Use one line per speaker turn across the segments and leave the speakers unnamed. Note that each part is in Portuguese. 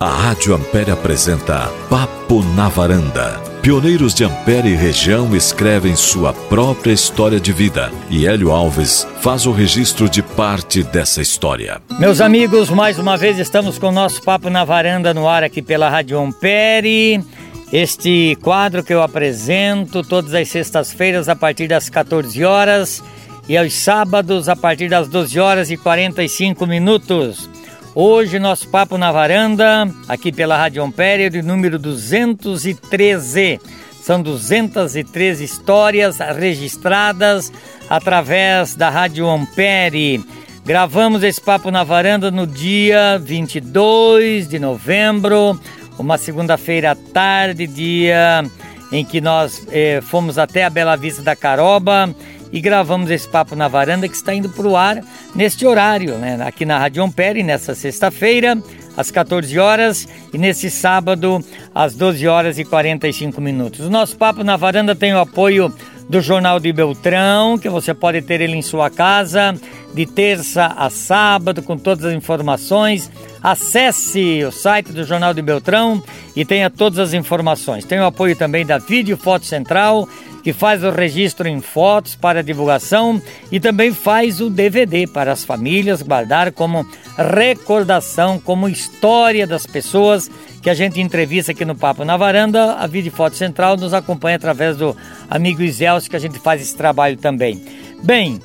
A Rádio Ampere apresenta Papo na Varanda. Pioneiros de Ampere e região escrevem sua própria história de vida e Hélio Alves faz o registro de parte dessa história.
Meus amigos, mais uma vez estamos com o nosso Papo na Varanda no ar aqui pela Rádio Ampere. Este quadro que eu apresento todas as sextas-feiras a partir das 14 horas e aos sábados a partir das 12 horas e 45 minutos. Hoje, nosso papo na varanda, aqui pela Rádio Ampere, de número 213. São 213 histórias registradas através da Rádio Ampere. Gravamos esse papo na varanda no dia 22 de novembro, uma segunda-feira à tarde, dia em que nós eh, fomos até a Bela Vista da Caroba e gravamos esse papo na varanda que está indo para o ar neste horário, né? aqui na Rádio Ampere, nessa sexta-feira, às 14 horas e nesse sábado, às 12 horas e 45 minutos. O nosso papo na varanda tem o apoio do Jornal de Beltrão, que você pode ter ele em sua casa, de terça a sábado, com todas as informações. Acesse o site do Jornal de Beltrão e tenha todas as informações. Tem o apoio também da Vídeo Foto Central, que faz o registro em fotos para divulgação e também faz o DVD para as famílias guardar como recordação, como história das pessoas que a gente entrevista aqui no Papo na Varanda. A Vídeo Foto Central nos acompanha através do amigo Iselcio, que a gente faz esse trabalho também. Bem,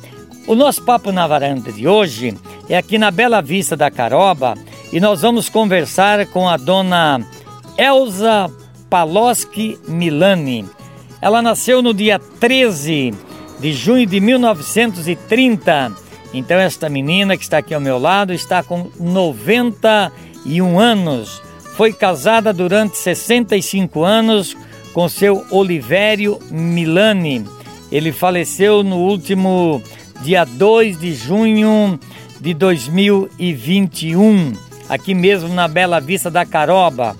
o nosso Papo na Varanda de hoje é aqui na Bela Vista da Caroba e nós vamos conversar com a dona Elza Paloski Milani. Ela nasceu no dia 13 de junho de 1930. Então, esta menina que está aqui ao meu lado está com 91 anos. Foi casada durante 65 anos com seu Olivério Milani. Ele faleceu no último dia 2 de junho de 2021, aqui mesmo na Bela Vista da Caroba.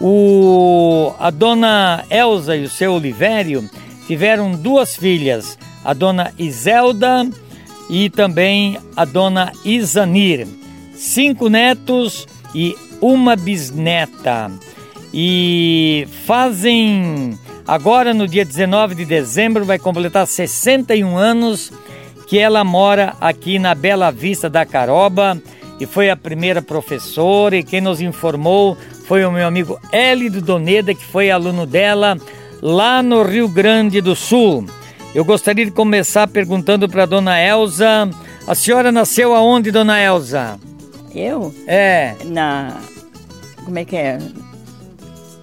O, a dona Elza e o seu Olivério tiveram duas filhas, a dona Iselda e também a dona Isanir. Cinco netos e uma bisneta. E fazem agora no dia 19 de dezembro vai completar 61 anos que ela mora aqui na Bela Vista da Caroba e foi a primeira professora e quem nos informou foi o meu amigo Hélio Doneda, que foi aluno dela lá no Rio Grande do Sul. Eu gostaria de começar perguntando para dona Elza, a senhora nasceu aonde, dona Elza?
Eu?
É,
Na. Como é que é?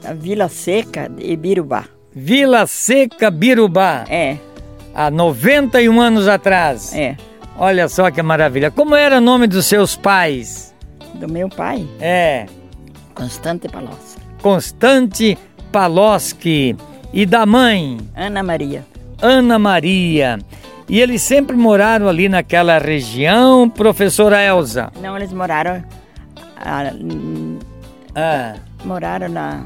Na Vila Seca de Ibirubá.
Vila Seca Birubá,
É,
há 91 anos atrás.
é.
Olha só que maravilha. Como era o nome dos seus pais?
Do meu pai,
É,
Constante Palocci.
Constante Paloski e da mãe,
Ana Maria.
Ana Maria. E eles sempre moraram ali naquela região, professora Elza.
Não, eles moraram. ah, hum,
Ah,
moraram na,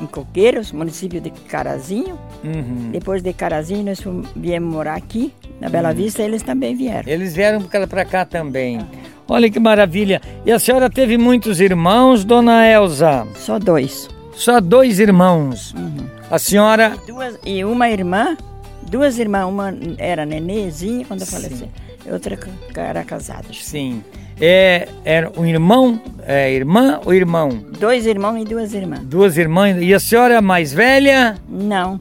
em Coqueiros, município de Carazinho.
uhum.
Depois de Carazinho, nós fomos- viemos morar aqui, na Bela Vista, eles também vieram.
Eles vieram para cá também. Olha que maravilha. E a senhora teve muitos irmãos, dona Elza?
Só dois.
Só dois irmãos. A senhora.
Duas, e uma irmã, duas irmãs, uma era nenenzinha quando eu
Sim.
faleceu, e outra ca- era casada.
Sim. É, era um irmão, é, irmã ou irmão?
Dois irmãos e duas irmãs.
Duas irmãs. E a senhora é a mais velha?
Não.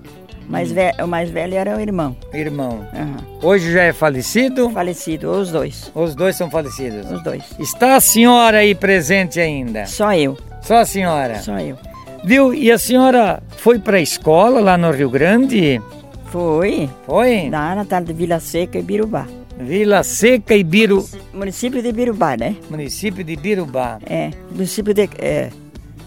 Mais ve- o mais velho era o irmão.
Irmão.
Aham.
Hoje já é falecido?
Falecido, os dois.
Os dois são falecidos.
Os dois.
Está a senhora aí presente ainda?
Só eu.
Só a senhora.
Só eu.
Viu? E a senhora foi para a escola lá no Rio Grande?
Foi
Foi?
na Natália de Vila Seca e Birubá.
Vila Seca e Biru,
Município de Birubá, né?
município de Birubá.
É. Município de, é,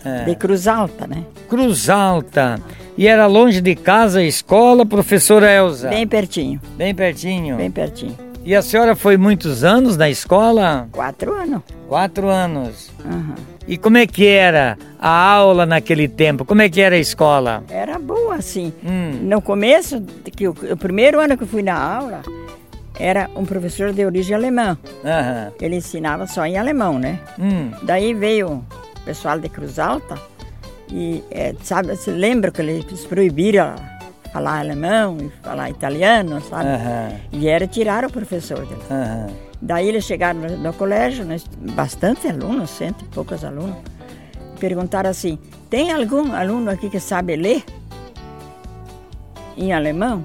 É.
de Cruz Alta, né?
Cruz Alta. E era longe de casa, a escola, professora Elza. Bem,
Bem pertinho.
pertinho.
Bem pertinho.
E a senhora foi muitos anos na escola?
Quatro anos.
Quatro anos.
Aham.
E como é que era a aula naquele tempo? Como é que era a escola?
Era boa, assim.
Hum.
No começo, que eu- o primeiro ano que eu fui na aula, era um professor de origem alemã.
Aham.
Ele ensinava só em alemão, né?
Hum.
Daí veio pessoal de Cruz Alta. E, é, sabe, se lembra que eles proibiram falar alemão e falar italiano, sabe?
Aham.
E era tirar o professor dele.
aham.
Daí eles chegaram no, no colégio, nós- bastante alunos, cento e poucos alunos, perguntaram assim: tem algum aluno aqui que sabe ler em alemão?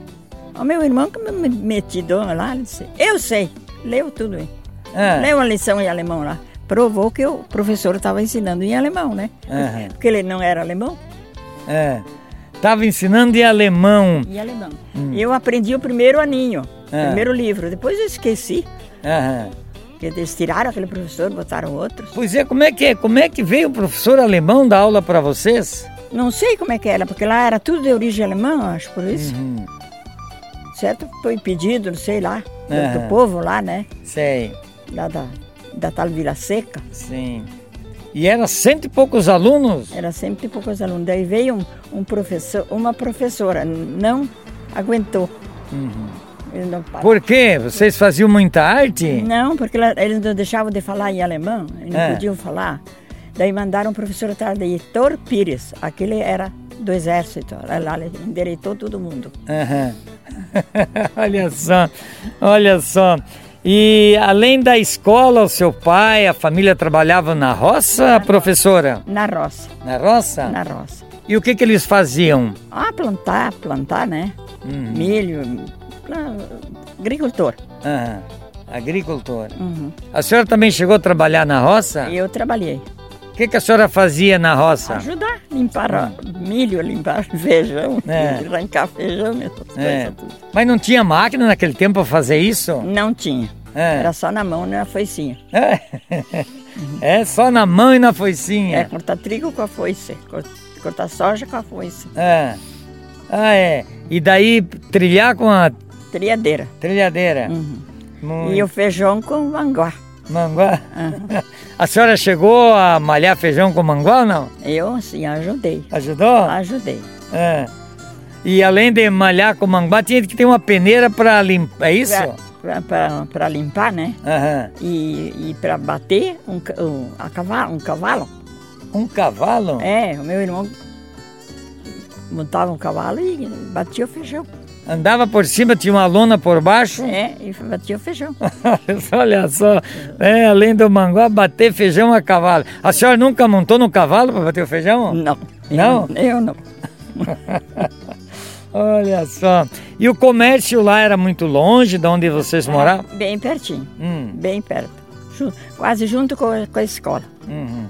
O meu irmão que me metidou lá, ele disse: eu sei, leu tudo. Hein?
Ah.
Leu uma lição em alemão lá. Provou que o professor estava ensinando em alemão, né?
Aham.
Porque ele não era alemão.
É. Tava ensinando em alemão.
Em alemão. Eu aprendi o primeiro aninho,
Ah.
o primeiro livro. Depois eu esqueci.
Aham.
porque Eles tiraram aquele professor, botaram outros.
Pois é, como é que é? Como é que veio o professor alemão dar aula para vocês?
Não sei como é que era, porque lá era tudo de origem alemã, eu acho, por isso.
Uhum.
Certo? Foi pedido, não sei lá, do,
Aham.
do povo lá, né?
Sei,
Lá da, da tal Vila Seca.
sim. E era cento e poucos alunos?
Era sempre tipo poucos alunos. Daí veio um, um professor, uma professora, não aguentou. Ele não parou.
Uhum. Por quê? Vocês faziam muita arte?
Não, porque lá- eles não deixavam de falar em alemão, eles não
É.
podiam falar. Daí mandaram um professor atrás de Heitor Pires, aquele era do exército, lá ele endireitou todo mundo.
Aham. olha só, olha só. E além da escola, o seu pai, a família trabalhavam na roça, professora?
Na roça,
Na roça?
na roça.
E o que, que eles faziam?
Ah, plantar, plantar, né?
Uhum.
Milho, plan- agricultor.
Aham. Agricultora.
Uhum.
A senhora também chegou a trabalhar na roça?
Eu trabalhei.
O que, que a senhora fazia na roça?
Ajudar, limpar ó, milho, limpar feijão,
É.
arrancar feijão, essas
É.
coisas tudo.
Mas não tinha máquina naquele tempo para fazer isso?
Não tinha.
É.
Era só na mão, na foicinha.
É. É só na mão e na foicinha.
É, cortar trigo com a foice, cor- cortar soja com a foice.
É. Ah, é. E daí trilhar com a
Triadeira.
trilhadeira.
Uhum.
Muito.
E Ah. o feijão com manguá.
Manguá. A senhora chegou a malhar feijão com manguá ou não?
Eu, assim, ajudei.
Ajudou?
Ajudei.
É. E além de malhar com manguá, tinha que ter uma peneira para limpar. É isso?
Pra, pra, pra limpar, né?
Aham.
E, e para bater um, ca- um, a cavalo, um cavalo.
Um cavalo?
É, o meu irmão montava um cavalo e batia o feijão.
Andava por cima, tinha uma lona por baixo.
É, e batia o feijão.
Olha só, é, além do manguá, bater feijão a cavalo. A senhora nunca montou no cavalo para bater o feijão?
Não.
Não?
Eu, eu não.
Olha só. E o comércio lá era muito longe de onde vocês moravam?
Bem pertinho,
Hum,
bem perto. Ju- quase junto com, a- com a escola.
uhum.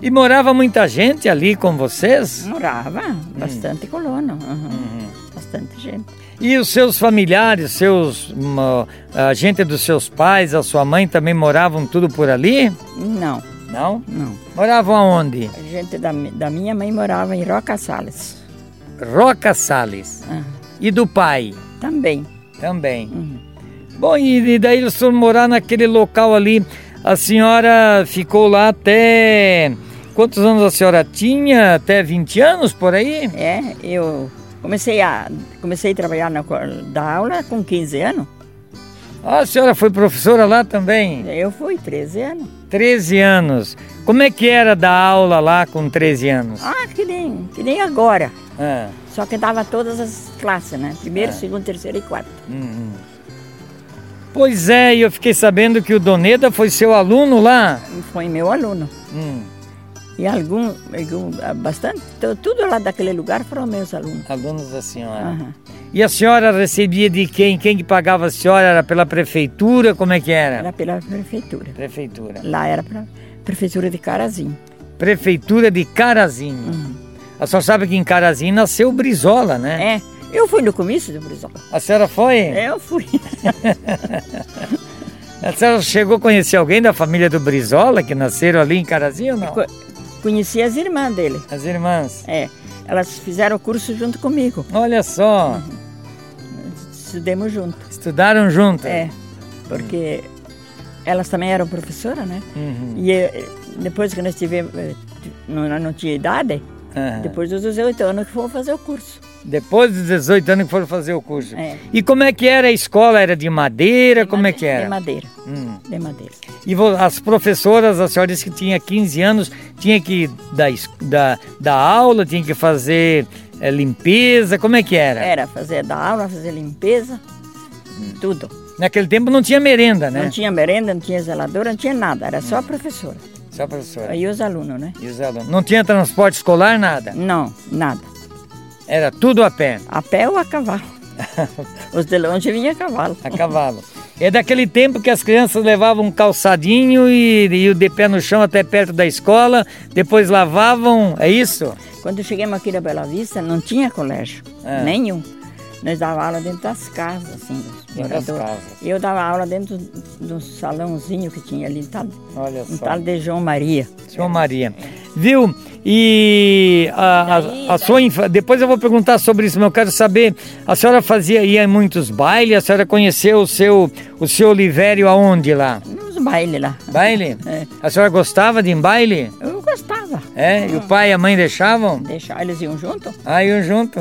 E morava muita gente ali com vocês?
Morava
Hum.
bastante colono. uhum. Bastante gente.
E os seus familiares, seus hum, a gente dos seus pais, a sua mãe também moravam tudo por ali?
Não,
Não?
não.
Moravam aonde?
A gente da, mi- da minha mãe morava em Roca Salles.
Roca Sales.
Ah,
E do pai?
também.
Também.
Uhum.
Bom, e e daí eles foram morar naquele local ali. A senhora ficou lá até. Quantos anos a senhora tinha? Até 20 anos por aí?
É, eu comecei a, comecei a trabalhar na, co- da aula com 15 anos.
Ah, a senhora foi professora lá também?
Eu fui 13 anos.
13 anos. Como é que era dar aula lá com 13 anos?
Ah, que nem, que nem agora.
Ah,
Só que dava todas as classes, né? Primeiro, segundo, terceiro e quarto.
uhum. Pois é, e eu fiquei sabendo que o Doneda foi seu aluno lá.
E Foi meu aluno.
Hum,
E algum, algum ah, bastante, to- tudo lá daquele lugar foram meus alunos.
alunos da senhora.
Aham.
E a senhora recebia de quem? Quem que pagava a senhora? Era pela prefeitura? Como é que
Era pela prefeitura.
Prefeitura.
Lá era para prefeitura de Carazinho.
Prefeitura de Carazinho. A senhora sabe que em Carazinho nasceu o Brizola, né?
Uhum. É, eu fui no começo do Brizola.
A senhora foi?
Eu fui.
A senhora chegou a conhecer alguém da família do Brizola que nasceram ali em Carazinho ou não?
Co- Conheci as irmãs dele.
As irmãs.
É, elas fizeram o curso junto comigo.
Olha só,
Estudemos junto.
estudaram juntas.
É, porque elas também eram professoras, né?
Uhum.
E eh, depois que nós tivemos, eh, não, não tinha idade,
Aham.
depois dos 18 anos que fomos fazer o curso.
Ah, Depois dos 18 anos que foram fazer o curso.
É.
E como é que era a escola? Era de madeira? como é que
De
era?
madeira,
Hum.
de madeira.
E vo- as professoras, a senhora disse que tinha 15 anos, tinha que dar, es- dar, dar aula, tinha que fazer eh, limpeza, como é que era?
Era fazer da aula, fazer limpeza, tudo.
Naquele tempo não tinha merenda, né? Hum.
Não tinha merenda, não tinha zeladora, não tinha nada, era só a professora.
Só a professora.
Aí os alunos, né?
E os alunos? Não tinha transporte escolar, nada.
Não, nada.
Era tudo a pé,
A pé ou a cavalo. Os de longe vinham a cavalo.
a Tá cavalo. É daquele tempo que as crianças levavam um calçadinho e e o de pé no chão até perto da escola, depois lavavam, é isso?
Quando chegamos aqui na Bela Vista, não tinha colégio,
É.
nenhum. Nós dava aula dentro das casas, assim, dos
Dentro das
moradores.
casas.
Eu dava aula dentro de um salãozinho que tinha ali, um tal,
Olha
um tal de João Maria.
Tá Senhor Maria. Viu? E a, a- a sua infa... depois eu vou perguntar sobre isso, mas eu quero saber, a senhora fazia ia em muitos bailes, a senhora conheceu o seu o seu Olivério aonde lá?
Nos bailes lá.
Baile?
É.
A senhora gostava de ir em baile?
Eu gostava.
É? E o pai e a mãe deixavam?
Deixar eles iam junto.
Aí um junto.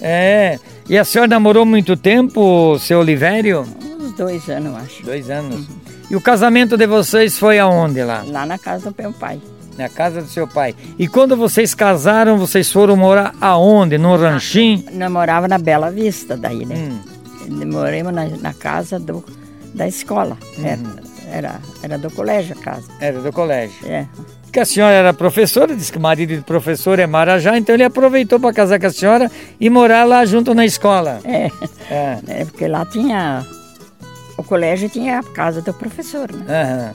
É. E a senhora namorou muito tempo, o seu Olivério?
Uns dois anos, eu acho.
Dois anos. E o casamento de vocês foi aonde lá?
Lá na casa do meu pai.
Na casa do seu pai. E quando vocês casaram, vocês foram morar aonde? Num ranchinho?
Nós morava na Bela Vista daí, né?
Hum.
Moramos na, na casa do, da escola.
Hum.
Era, era, era do colégio a casa.
Era do colégio.
É.
Que a senhora era professora, disse que o marido de professor é Marajá, então ele aproveitou para casar com a senhora e morar lá junto na escola.
É.
É.
É, porque lá tinha. O colégio tinha a casa do professor, né?
Aham.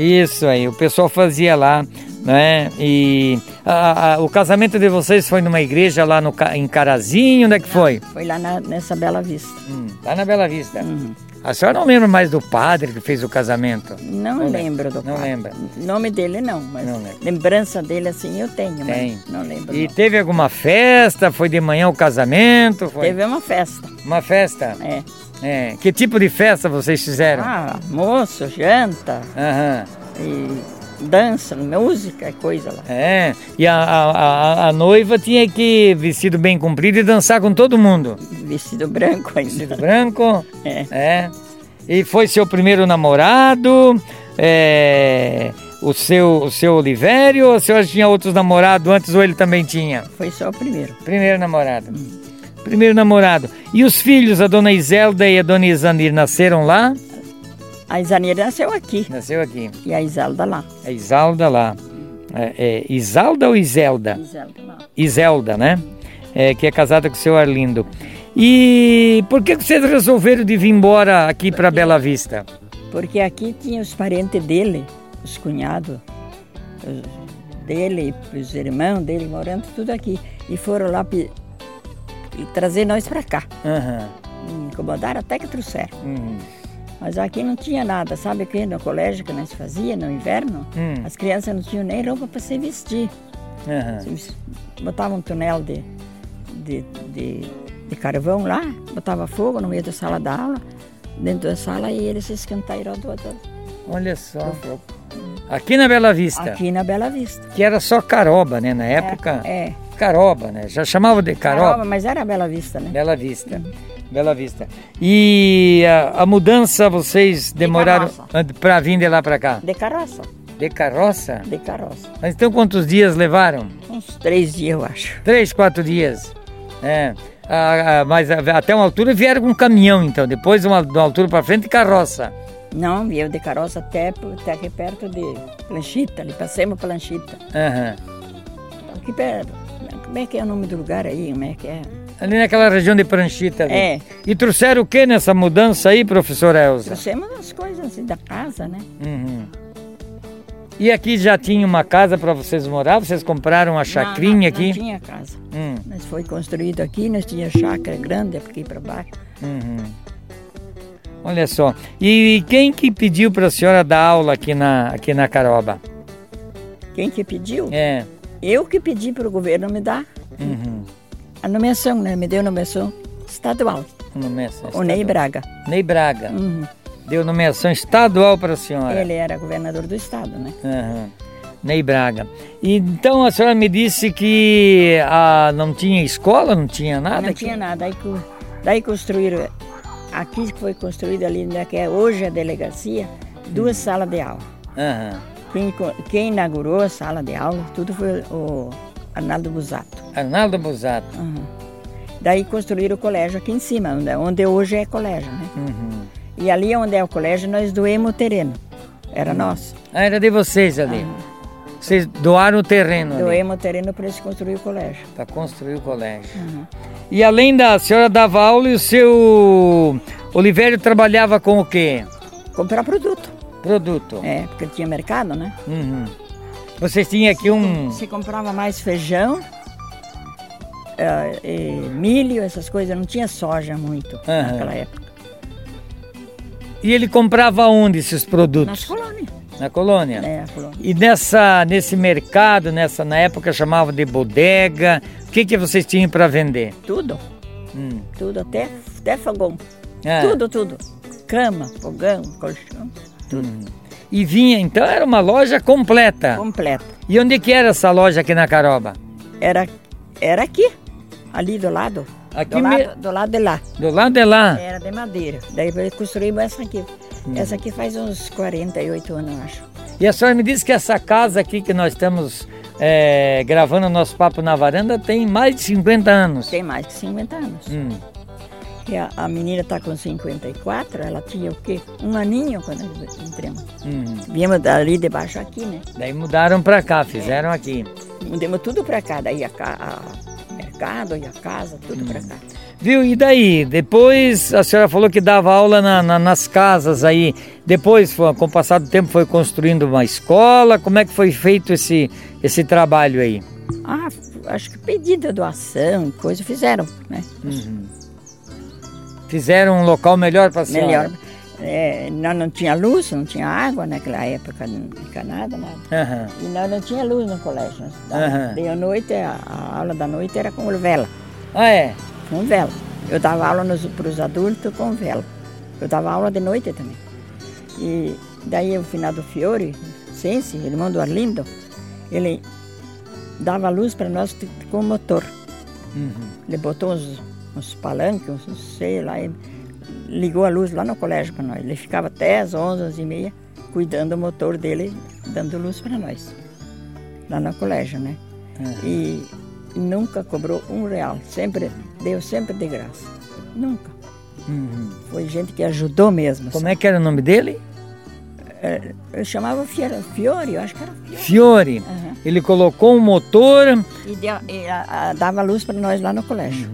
Isso aí, o pessoal fazia lá, né? E a- a- o casamento de vocês foi numa igreja lá no, Ca- em Carazinho, onde é que foi?
Foi lá na- nessa Bela Vista. Uhum.
Hum, lá na Bela Vista.
Hum.
A senhora não lembra mais do padre que fez o casamento?
Não
Não lembra,
lembro do
não
padre.
lembra.
Nome dele não, mas
Não lembra.
lembrança dele assim eu tenho,
Tem.
mas não lembro.
E
não.
teve alguma festa? Foi de manhã o casamento? Foi
Teve uma festa.
uma festa?
É.
É. Que tipo de festa vocês fizeram?
Ah, almoço, janta
Aham.
e dança, música e coisa lá.
É. E a, a- a- a noiva tinha que ir vestido bem comprido e dançar com todo mundo.
Vestido branco ainda.
Vestido branco.
É.
É. E foi seu primeiro namorado? É, o seu o seu Olivério? Ou a senhora tinha outros namorados antes ou ele também tinha?
Foi só o primeiro.
Primeiro namorado. Primeiro namorado. E os filhos, a dona Iselda e a dona Isanir, nasceram lá?
A Isanira nasceu aqui
Nasceu aqui.
e a Isalda lá.
A Isalda lá. É, é, Isalda ou Iselda?
Isalda lá.
Iselda, né? É, que é casada com o seu Arlindo. E por que que vocês resolveram de vir embora aqui para Bela Vista?
Porque aqui tinha os parentes dele, os cunhados os- dele, os irmãos dele morando tudo aqui. E foram lá pe- e trazer nós para cá.
Aham.
Me incomodaram até que trouxeram.
Uhum.
Mas aqui não tinha nada, sabe que no colégio que nós fazia no inverno,
Hum.
as crianças não tinham nem roupa para se vestir.
Aham.
Eles botavam um tunel de, de, de, de carvão lá, botava fogo no meio da sala da aula, dentro da sala e eles se esquentaram do outro.
Olha só. Aqui na Bela Vista,
Aqui na Bela Vista.
que era só caroba, né? Na época,
É. é.
caroba, né? Já chamava de caroba. É.
Caroba, mas era Bela Vista, né?
Bela Vista. Bela Vista. E a, a mudança vocês demoraram
carroça.
para vir de lá para cá?
De carroça,
De carroça?
de carroça.
Mas então quantos dias levaram?
Uns três dias, eu acho.
Três, quatro dias. É. Ah, ah, mas a- até uma altura vieram com caminhão, então. Depois, uma, de uma altura para frente, carroça.
Não, viu de carroça até, p- até aqui perto de Planchita, ali passemos Planchita.
Aham.
Aqui perto, como é que é o nome do lugar aí? Como é que é?
Ali naquela região de Pranchita ali.
É.
E trouxeram o que nessa mudança aí, professora Elza?
Trouxemos as coisas assim da casa, né?
Uhum. E aqui já tinha uma casa para vocês morar? Vocês compraram a chacrinha
Não,
aqui?
Não tinha casa.
Hum.
Mas foi construído aqui, nós tinha chácara grande aqui para baixo.
Uhum. Olha só. E quem que pediu para a senhora dar aula aqui na, aqui na Caroba?
Quem que pediu?
É.
Eu que pedi para o governo me dar
Uhum.
a nomeação, né? Me deu nomeação estadual,
Nomeação
o Ney
estadual.
Braga.
Ney Braga.
Uhum.
Deu nomeação estadual para a senhora.
Ele era governador do estado, né?
Aham. Ney Braga. E, então a senhora me disse que ah, não tinha escola, não tinha nada?
Não
aqui?
tinha nada. Daí, co- daí construíram, aqui que foi construída ali, né, que é hoje a delegacia, duas salas de aula.
Aham.
Quem, co- quem inaugurou a sala de aula, tudo foi o Arnaldo Busato.
Arnaldo Busato.
Uhum. Daí construíram o colégio aqui em cima, onde, onde hoje é colégio, né?
Uhum.
E ali onde é o colégio, nós doemos o terreno. Era nosso.
Ah, era de vocês ali. Vocês doaram o terreno ali
Doemos o terreno para eles construir o colégio.
para construir o colégio. E além da senhora dava aula e o seu Olivério trabalhava com o quê?
Comprar produto.
Produto.
É, porque tinha mercado, né?
Uhum. Vocês tinham aqui um.
Se comprava mais feijão, eh, e milho, essas coisas. Não tinha soja muito
Aham.
naquela época.
E ele comprava onde esses
Nas
produtos?
colônias.
Na colônia.
É, a colônia.
E nessa, nesse mercado, nessa na época chamava de bodega, o que, que vocês tinham para vender?
Tudo.
Hum.
Tudo, até, até fogão.
Ah,
Tudo, tudo. Cama, fogão, colchão,
hum. E vinha, então era uma loja completa.
completo.
E onde que era essa loja aqui na Caroba?
Era, era aqui, ali do lado.
Aqui
do,
me- Ah.
lado do lado de lá.
Do lado de lá.
Era de madeira. Daí eu construí essa aqui.
Hum.
Essa aqui faz uns 48 anos, eu acho.
E a senhora me disse que essa casa aqui que nós estamos é, gravando o nosso papo na varanda tem mais de 50 anos.
Tem mais de 50 anos.
Hum.
E a, a menina está com 54, ela tinha o quê? Um aninho quando nós entramos.
Hum.
Viemos dali de baixo aqui, né?
Daí mudaram pra cá, fizeram aqui.
Mudamos tudo para cá. Daí a, ca- a- mercado e a casa, tudo
Hum.
para cá.
Viu? E daí? Depois a senhora falou que dava aula na- na- nas casas aí. Depois, foi- com o passar do tempo, foi construindo uma escola. Como é que foi feito esse, esse trabalho aí?
Ah, f- acho que pedido doação, coisa, fizeram, né?
Fizeram um local melhor para senhora?
Melhor. É, nós não tinha luz, não tinha água naquela época, não tinha nada, nada.
Aham.
E nós não tinha luz no colégio. Nós dava-
Aham.
Daí à noite, a, a aula da noite era com vela,
Ah, é?
com vela. Eu dava aula para os adultos com vela. Eu dava aula de noite também. E daí o final do Fiore, Sense, irmão do Arlindo, ele dava luz para nós t- com motor.
Uhum.
Ele botou uns, uns palanques, uns, não sei lá, e ligou a luz lá no colégio para nós. Ele ficava até às 11, 11 e meia, cuidando do motor dele, dando luz para nós, lá no colégio, né?
Uhum.
E nunca cobrou um real, sempre, deu sempre de graça, nunca.
Uhum.
Foi gente que ajudou mesmo.
Como é que era o nome dele?
É, Eu chamava Fiera- Fiore, eu acho que era Fiore.
Fiore.
Aham.
Ele colocou um motor.
E, deu- e a- a- dava luz para nós lá no colégio.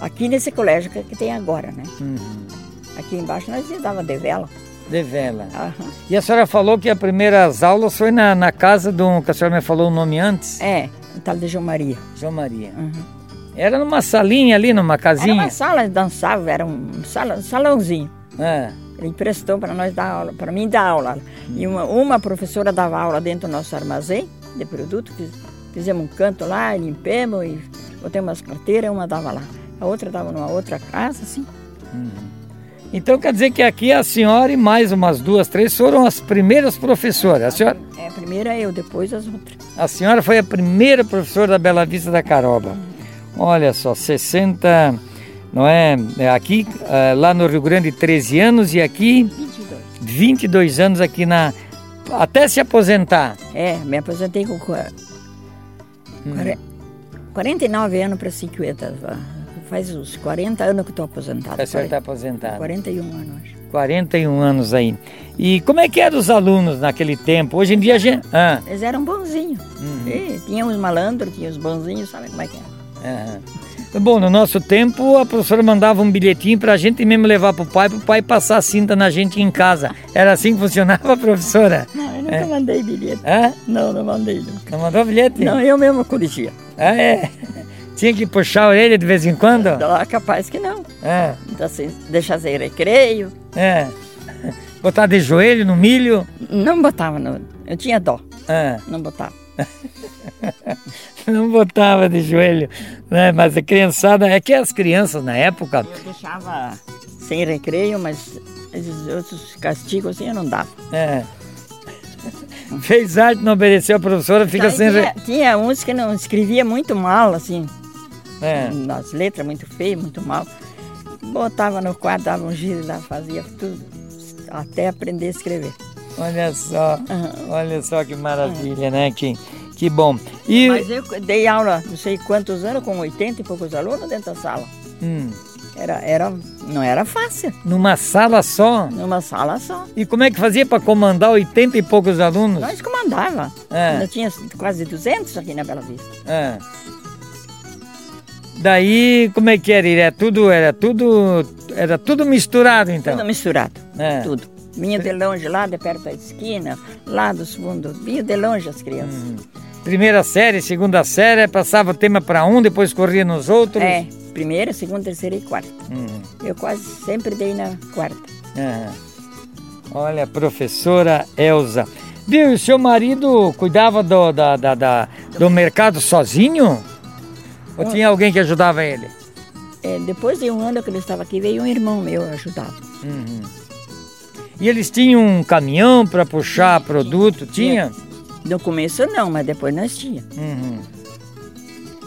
Aqui nesse colégio que, que tem agora, né?
Uhum.
Aqui embaixo nós dava de vela.
De vela.
Aham.
E a senhora falou que as primeiras aulas foi na, na casa de um. que a senhora me falou o nome antes?
É, um tal de João Maria.
João Maria.
Uhum.
Era numa salinha ali, numa
Era
casinha?
uma sala, dançava, era um, sala, um salãozinho.
É.
Ele emprestou para nós dar aula, para mim dar aula. E uma, uma professora dava aula dentro do nosso armazém de produto. Fiz- fizemos um canto lá, limpemos e botamos umas carteiras, uma dava lá. A outra dava numa outra casa, assim.
Então quer dizer que aqui a senhora e mais umas duas, três foram as primeiras professoras. A senhora,
É, primeiro eu, depois as outras.
a senhora foi a primeira professora da Bela Vista da Caroba. Olha só, 60, não é? É Aqui, eh, lá no Rio Grande, 13 anos e aqui
22.
22 anos aqui na até se aposentar.
É, me aposentei com qua- quare- 49 anos para 50. vá. Faz uns 40 anos que estou aposentada.
A senhora está
Quare-
aposentada.
41 anos, acho.
41 anos aí. E como é que eram os alunos naquele tempo? Hoje em dia a gente... Ah,
Eles eram bonzinhos. E tinha os malandros, tinha os bonzinhos, sabe como Uhum. é que é?
Aham. Bom, no nosso tempo a professora mandava um bilhetinho pra gente mesmo levar pro pai, pro pai passar a cinta na gente em casa. Era assim que funcionava, professora?
Não, eu nunca mandei bilhete.
Hã?
Não, não mandei. Não,
Não mandou bilhete?
não eu mesma corrigia.
Ah, é? Tinha que puxar a orelha de vez em quando?
Ah, capaz que não.
É,
Então, assim, deixar sem recreio.
é. Botar de joelho no milho?
Não botava, no... eu tinha dó,
É.
não botava.
Não botava de joelho, né? Mas a criançada... É que as crianças na época...
Eu deixava sem recreio, mas esses outros castigos assim eu não dava.
É. Fez arte, não obedeceu a professora, fica
Daí
sem. re-
tinha, tinha uns que não escrevia muito mal, assim,
É.
nas letras muito feio, muito mal. Botava no quadro, dava um giro lá, fazia tudo, até aprender a escrever.
Olha só,
Aham. É.
olha só que maravilha, né? Que, que bom. E.
Mas eu dei aula, não sei quantos anos, com 80 e poucos alunos dentro da sala.
Hum,
Era, era, não era fácil,
numa sala só?
numa sala só.
E como é que fazia para comandar 80 e poucos alunos?
Nós comandava.
É.
Ainda tinha quase 200 aqui na Bela Vista.
É. Daí, como é que era? Era tudo, era tudo, era tudo misturado então.
Tudo misturado,
É.
tudo. Vinha de longe lá, de perto da esquina, lá dos fundos. Vinha de longe as crianças.
Uhum. Primeira série, segunda série, passava o tema para um, depois corria nos outros.
É, primeira, segunda, terceira e quarta.
Uhum.
Eu quase sempre dei na quarta.
É. Olha, professora Elza. Viu, e o seu marido cuidava do, da, da- da- do mercado sozinho?
Ah.
Ou tinha alguém que ajudava ele?
É, depois de um ano que ele estava aqui, veio um irmão meu ajudar.
Uhum. E eles tinham um caminhão para puxar produto? Tinha?
No começo não, mas depois nós tinha.
Uhum.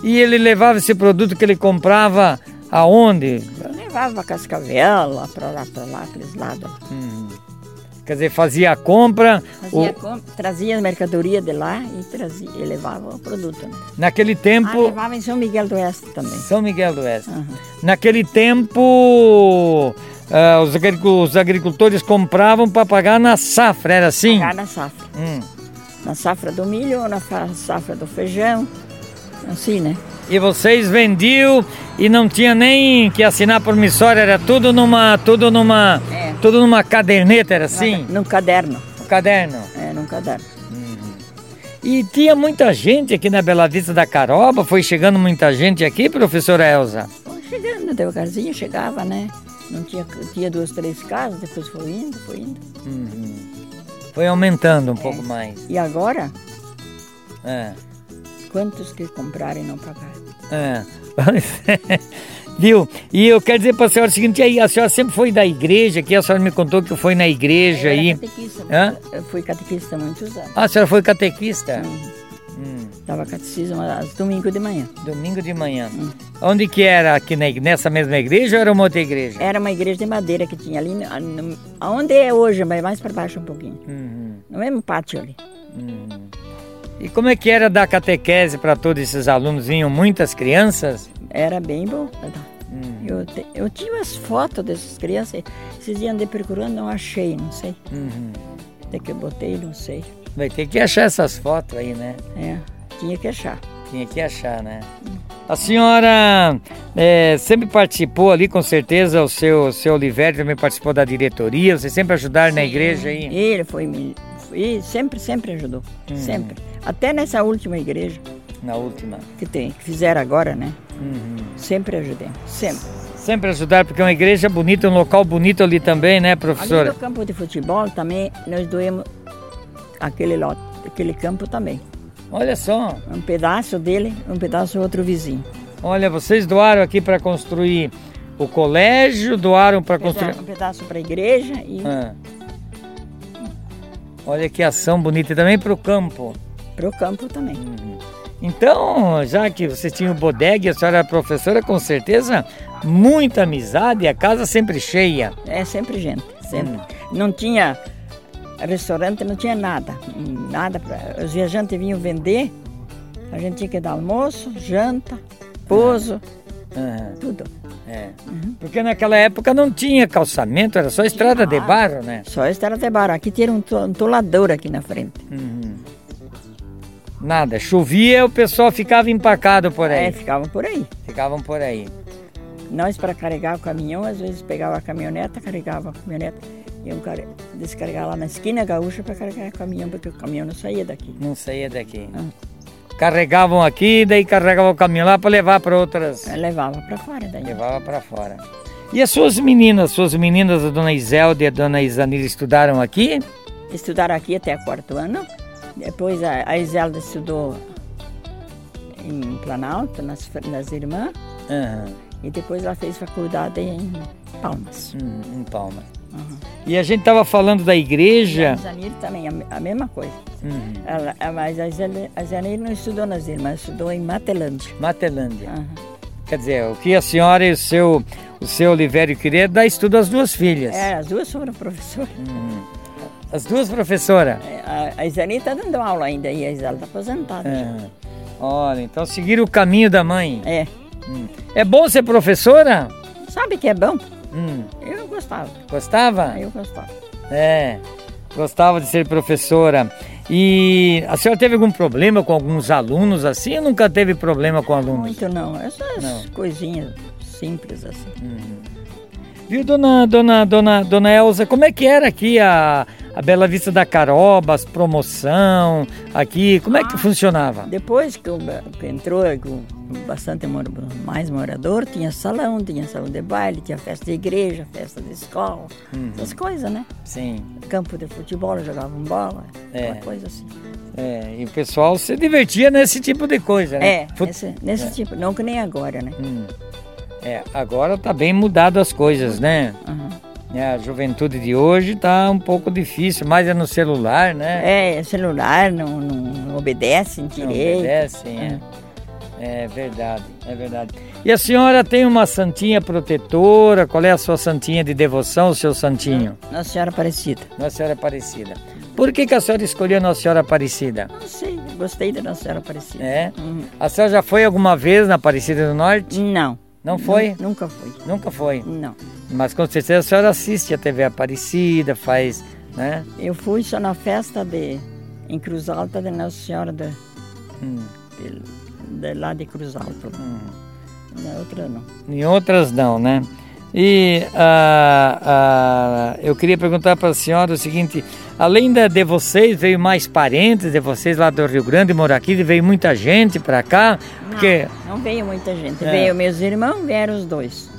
E ele levava esse produto que ele comprava aonde?
Eu levava cascavel lá pra lá, pra lá, aqueles lados.
Quer dizer, fazia a compra.
Fazia
o-
com- Trazia a mercadoria de lá e, trazia, e levava o produto. né?
Naquele
Ah,
tempo.
levava em São Miguel do Oeste também. Ah.
São Miguel do Oeste.
Aham.
Naquele tempo, ah, os, agricu- os agricultores compravam para pagar na safra, era assim?
Lá na safra.
Hum.
Na safra do milho ou na fa- safra do feijão. Assim, né?
E vocês vendiam e não tinha nem que assinar promissória, era tudo numa, tudo numa,
É.
tudo numa caderneta, era assim?
Num caderno.
Um caderno.
É, num caderno.
E tinha muita gente aqui na Bela Vista da Caroba, foi chegando muita gente aqui, professora Elza?
Bom, chegando, devagarzinho chegava, né? Não tinha, tinha duas, três casas, depois foi indo, foi indo.
Foi aumentando um pouco mais.
E agora,
É.
quantos que compraram e não pagaram?
É. Viu? E eu quero dizer para a senhora o seguinte, e aí, a senhora sempre foi da igreja aqui, a senhora me contou que foi na igreja
Eu era
aí.
catequista,
Hã?
eu fui catequista muitos anos.
Ah, a senhora foi catequista?
Dava catecismo aos domingos de manhã.
Domingo de manhã. Onde que era? Aqui na, ig- nessa mesma igreja ou era uma outra igreja?
Era uma igreja de madeira que tinha ali, no- no- aonde é hoje, mas mais para baixo um pouquinho.
Uhum.
No mesmo pátio ali.
E como é que era dar catequese para todos esses alunos? Vinham muitas crianças?
Era bem bom. pra dar. Eu, te- eu tinha umas fotos dessas crianças, esses dias andei procurando, não achei, não sei.
Uhum.
Até que eu botei, não sei.
Vai ter que achar essas fotos aí, né?
É, tinha que achar.
Tinha que achar, né? A senhora eh, sempre participou ali, com certeza, o seu, o seu Oliveira também participou da diretoria, vocês sempre ajudaram na igreja aí?
Ele foi me. E sempre, sempre ajudou. Sempre. Até nessa última igreja
Na última.
que tem, que fizeram agora, né?
Uhum.
Sempre ajudei. Sempre.
Sempre ajudaram, porque é uma igreja bonita, um local bonito ali também, né,
Ali
professora?
no campo de futebol também, nós doemos aquele lote, aquele campo também.
Olha só,
Um pedaço dele, um pedaço outro vizinho.
olha, vocês doaram aqui para construir o colégio, doaram para construir.
Um pedaço para a igreja e
Ah. Olha que ação bonita e também para o campo.
para o campo também.
Então, já que você tinha o bodega e a senhora era professora, com certeza, muita amizade e a casa sempre cheia.
É sempre gente, sempre.
Hum.
Não tinha restaurante, não tinha nada, nada para os viajantes vinham vender. A gente tinha que dar almoço, janta, pouso, tudo.
É. Porque naquela época não tinha calçamento, era só estrada de barro, né?
Só estrada de barro. Aqui tinha um, to- um tolador aqui na frente.
Nada, chovia o pessoal ficava empacado por
É,
aí.
ficavam por aí.
Ficavam por aí.
Nós para carregar o caminhão, às vezes pegava a caminhoneta, carregava a caminhoneta, iam car- descarregar lá na esquina gaúcha para carregar o caminhão, porque o caminhão não saía daqui.
Não saía daqui. Carregavam aqui, daí carregavam o caminhão lá para levar para outras.
Aí Levava para fora daí.
Levava para fora. E as suas meninas, suas meninas, a dona Iselda e a dona Isanira estudaram aqui?
Estudaram aqui até o quarto ano. Depois a, a Iselda estudou em Planalto, nas, fr- nas irmãs.
Aham.
E depois ela fez faculdade em Palmas.
Hum, em Palmas. E a gente estava falando da igreja.
A Janir também, a, a mesma coisa. Ela- a- mas a Janir, a Janir não estudou na Zilma, ela estudou em Matelândia.
Matelândia.
Aham.
Quer dizer, o que a senhora e o seu, o seu Olivério queria dar estudo às duas filhas.
É, as duas foram professoras.
As duas professoras.
É, A, a Janir está dando aula ainda e a Isala está aposentada. já.
Ah, Olha, então seguir o caminho da mãe.
É.
Hum. É bom ser professora?
Sabe que é bom?
Hum,
Eu gostava,
Gostava?
eu gostava.
É, gostava de ser professora. E a senhora teve algum problema com alguns alunos assim ou nunca teve problema com alunos?
Muito não, essas
Não.
coisinhas simples assim.
Viu, dona, dona, dona, dona Elza, como é que era aqui a, a Bela Vista da Caroba, as promoção aqui, como é
Ah.
que funcionava?
Depois que, o, que entrou com bastante mora- mais morador, tinha salão, tinha salão de baile, tinha festa de igreja, festa de escola,
Uhum.
essas coisas, né?
Sim,
Campo de futebol, jogavam bola,
É.
uma coisa assim.
é, e o pessoal se divertia nesse tipo de coisa, né?
É,
Fu-
nesse, nesse
É.
tipo, não que nem agora, né?
Hum. É, agora tá bem mudado as coisas, né?
Aham.
É, a juventude de hoje tá um pouco difícil, mais é no celular, né?
É, celular não, não, não obedece
Não
direito. Hum.
obedecem, é. É verdade, é verdade. E a senhora tem uma santinha protetora? Qual é a sua santinha de devoção, o seu santinho?
Nossa Senhora Aparecida.
Nossa Senhora Aparecida. Por que, que a senhora escolheu Nossa Senhora Aparecida?
Não sei, gostei da Nossa Senhora Aparecida.
É?
Uhum.
A senhora já foi alguma vez na Aparecida do Norte?
Não.
Não foi?
Nu- Nunca fui.
Nunca foi.
Não.
Mas com certeza a senhora assiste a TV Aparecida, faz, né?
Eu fui só na festa de em Cruz Alta de Nossa Senhora da
Hum,
de, de lá de Cruz Alta.
hum.
Na outra não.
Em outras não, né? E ah, ah, eu queria perguntar para a senhora o seguinte: além da, de vocês, veio mais parentes de vocês lá do Rio Grande, morar aqui, veio muita gente para cá, porque
Não veio muita gente.
É.
Veio meus irmãos, vieram os dois.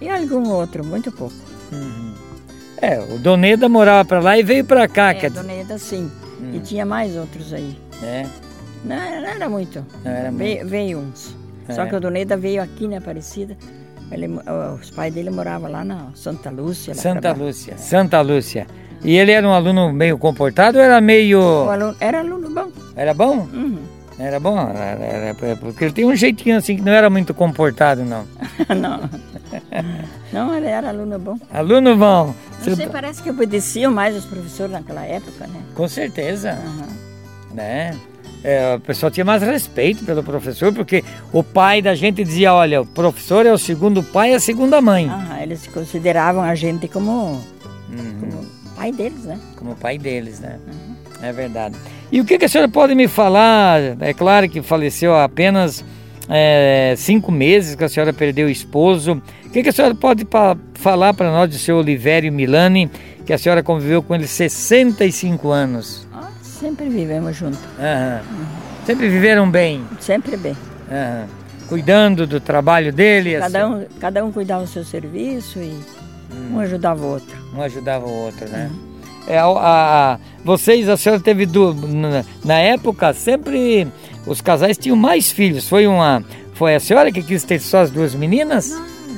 E algum outro, muito pouco.
é, o Doneda morava para lá e veio para cá,
Uhum. é,
Ah, quer dizer, Hum.
Dona Eda, sim. E tinha mais outros aí.
né?
Não, não era muito.
Não era
veio, veio uns.
É.
Só que o Doneda veio aqui na Aparecida. Ele, os pais dele moravam lá na Santa Lúcia. lá
Santa
pra baixo.
Lúcia, Santa Lúcia. E ele era um aluno meio comportado, ou era
O
meio,
aluno- era aluno bom.
era bom,
Uhum.
era bom, era- era- porque ele tem um jeitinho assim que não era muito comportado não.
não. Não, ele era aluno bom.
Aluno bom.
Não
tá
sei, parece que obedeciam mais os professores naquela época, né?
Com certeza,
Aham.
né? É, o pessoal tinha mais respeito pelo professor, porque o pai da gente dizia, olha, o professor é o segundo pai e a segunda mãe,
Aham, Ah, Eles consideravam a gente como,
Uhum,
como pai deles, né?
como o pai deles, né?
Uhum.
É verdade. E o que, que a senhora pode me falar? É claro que faleceu há apenas é, cinco meses que a senhora perdeu o esposo. O que, que a senhora pode pa- falar para nós do seu Olivério Milani, que a senhora conviveu com ele 65 anos?
Ah, sempre vivemos juntos,
Aham.
Uhum.
Sempre viveram bem.
sempre bem.
Aham. cuidando do trabalho dele,
Cada
assim,
um, cada um cuidava do seu serviço e um ajudava o outro.
um ajudava o outro, né? É, a, a- a- vocês, a senhora teve du, na, na época, sempre os casais tinham mais filhos. Foi uma, foi a senhora que quis ter só as duas meninas?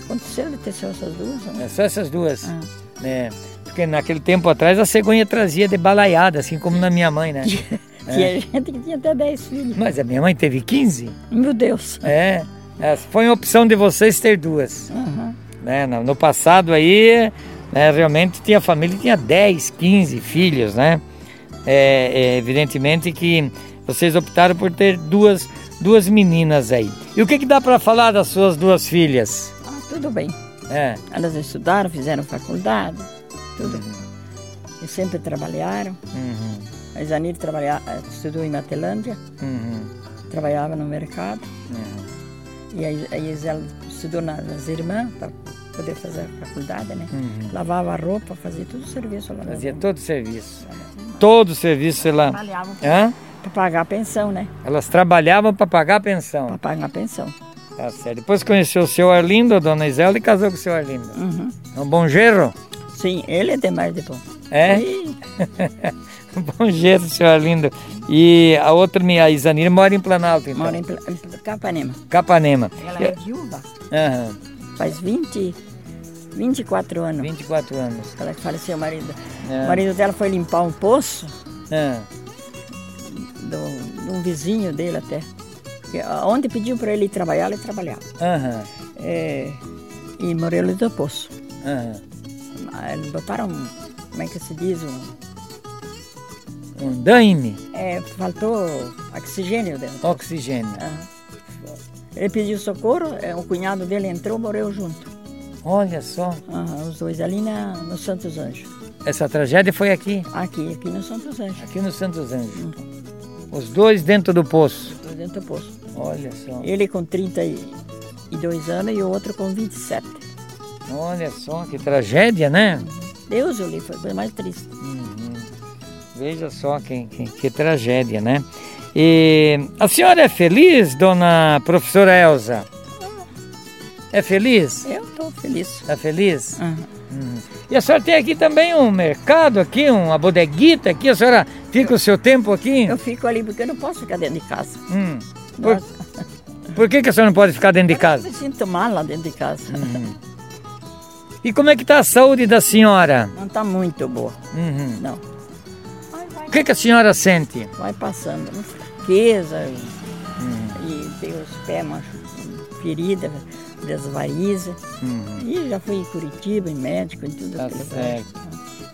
Aconteceu de ter só essas duas, né?
É, só essas duas,
Ah.
né? Porque naquele tempo atrás a cegonha trazia de balaiada, assim como na minha mãe, né?
Tinha gente que tinha até 10 filhos.
Mas a minha mãe teve 15.
Meu Deus.
É, é, foi uma opção de vocês ter duas.
Aham.
né? No no passado aí, né, realmente tinha família que tinha 10, 15 filhos, né? É, é, evidentemente que vocês optaram por ter duas, duas meninas aí. E o que, que dá para falar das suas duas filhas?
Ah, tudo bem.
É,
Elas estudaram, fizeram faculdade, tudo. E sempre trabalharam.
uhum,
A Isanir trabalha- eh, estudou em Matelândia,
uhum,
trabalhava no mercado.
uhum,
E aí, aí ela estudou na- nas irmãs para poder fazer a faculdade, né?
uhum.
Lavava a roupa, fazia todo o serviço lá.
Fazia todo o serviço. Todo o serviço ela,
Trabalhavam
Hã?
para pagar a pensão, né?
elas trabalhavam para pagar a
Para
pensão.
pagar a pensão.
Tá certo. Depois conheceu o seu Arlindo, a dona Iselda, e casou com o seu Arlindo.
Uhum.
É um bom gerro?
Sim, ele é demais de bom.
É?
Ih,
Bom jeito, senhor lindo. E a outra, minha a Isanir, mora em Planalto, então.
mora em, Pla- em Capanema.
Capanema.
Ela é viúva,
Aham.
faz 20, 24 anos.
24 anos.
Ela faleceu o marido.
É.
O marido dela foi limpar um poço
Ah,
do, de um vizinho dele até. Porque Onde pediu para ele ir trabalhar, ele trabalhava.
Aham,
É, e morreu ele do poço.
aham.
Eles botaram, um- como é que se diz? Um,
Um daime,
é, faltou oxigênio dele.
oxigênio.
Ah. Ele pediu socorro, é, o cunhado dele entrou, morreu junto.
Olha só,
Aham, os dois ali na, no Santos Anjos.
essa tragédia foi aqui,
Aqui, aqui no Santos Anjos,
aqui no Santos Anjos.
Hum.
Os dois dentro do poço.
tô dentro do poço.
Olha só,
Ele com 32 anos e o outro com 27.
olha só, que tragédia, né?
Deus o livre, foi a coisa mais triste.
Veja só que, que, que tragédia, né? E a senhora é feliz, dona professora Elza? É feliz?
Eu estou feliz.
Está Tá feliz?
Aham.
E a senhora tem aqui também um mercado aqui, uma bodeguita aqui, a senhora fica o seu tempo aqui?
Eu fico ali porque eu não posso ficar dentro de casa.
Hum. Por,
Nossa,
por que, que a senhora não pode ficar dentro de
Eu
casa? Uhum.
me sinto mal lá dentro de casa.
E como é que tá a saúde da senhora?
Não está muito boa,
Uhum.
não.
O que, que a senhora sente?
Vai passando, uma fraqueza e,
Uhum.
e tem os pés machu- ferida, das varizes. E já fui em Curitiba, em médico, em tudo
Uhum. Tá
aquele
certo.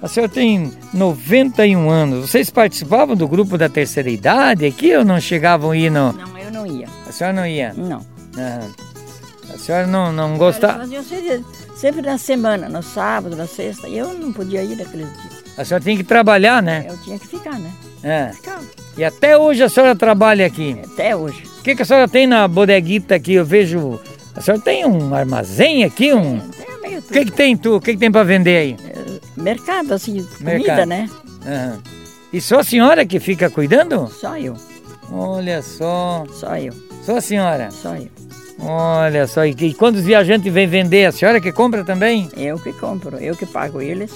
A senhora tem 91 anos. Vocês participavam do grupo da terceira idade aqui ou não chegavam a ir no...
Não, eu não ia,
A senhora não ia?
não.
Aham. A senhora não, não gostava...
Eles faziam sempre- sempre na semana, no sábado, na sexta. E eu não podia ir naqueles dias.
A senhora tem que trabalhar, né?
Eu tinha que ficar, né?
É.
Ficava.
E até hoje a senhora trabalha aqui.
Até hoje.
O que, que a senhora tem na bodeguita aqui? Eu vejo. A senhora tem um armazém aqui? Um... O
Até meio tudo.
que, que tem tu? O que, que tem pra vender aí?
É, Mercado, assim, comida,
Mercado.
né?
Aham. E só a senhora que fica cuidando?
Só eu,
Olha só.
só eu,
Só a senhora.
só eu.
Olha só. E, e quando os viajantes vêm vender, a senhora que compra também?
Eu que compro, eu que pago eles.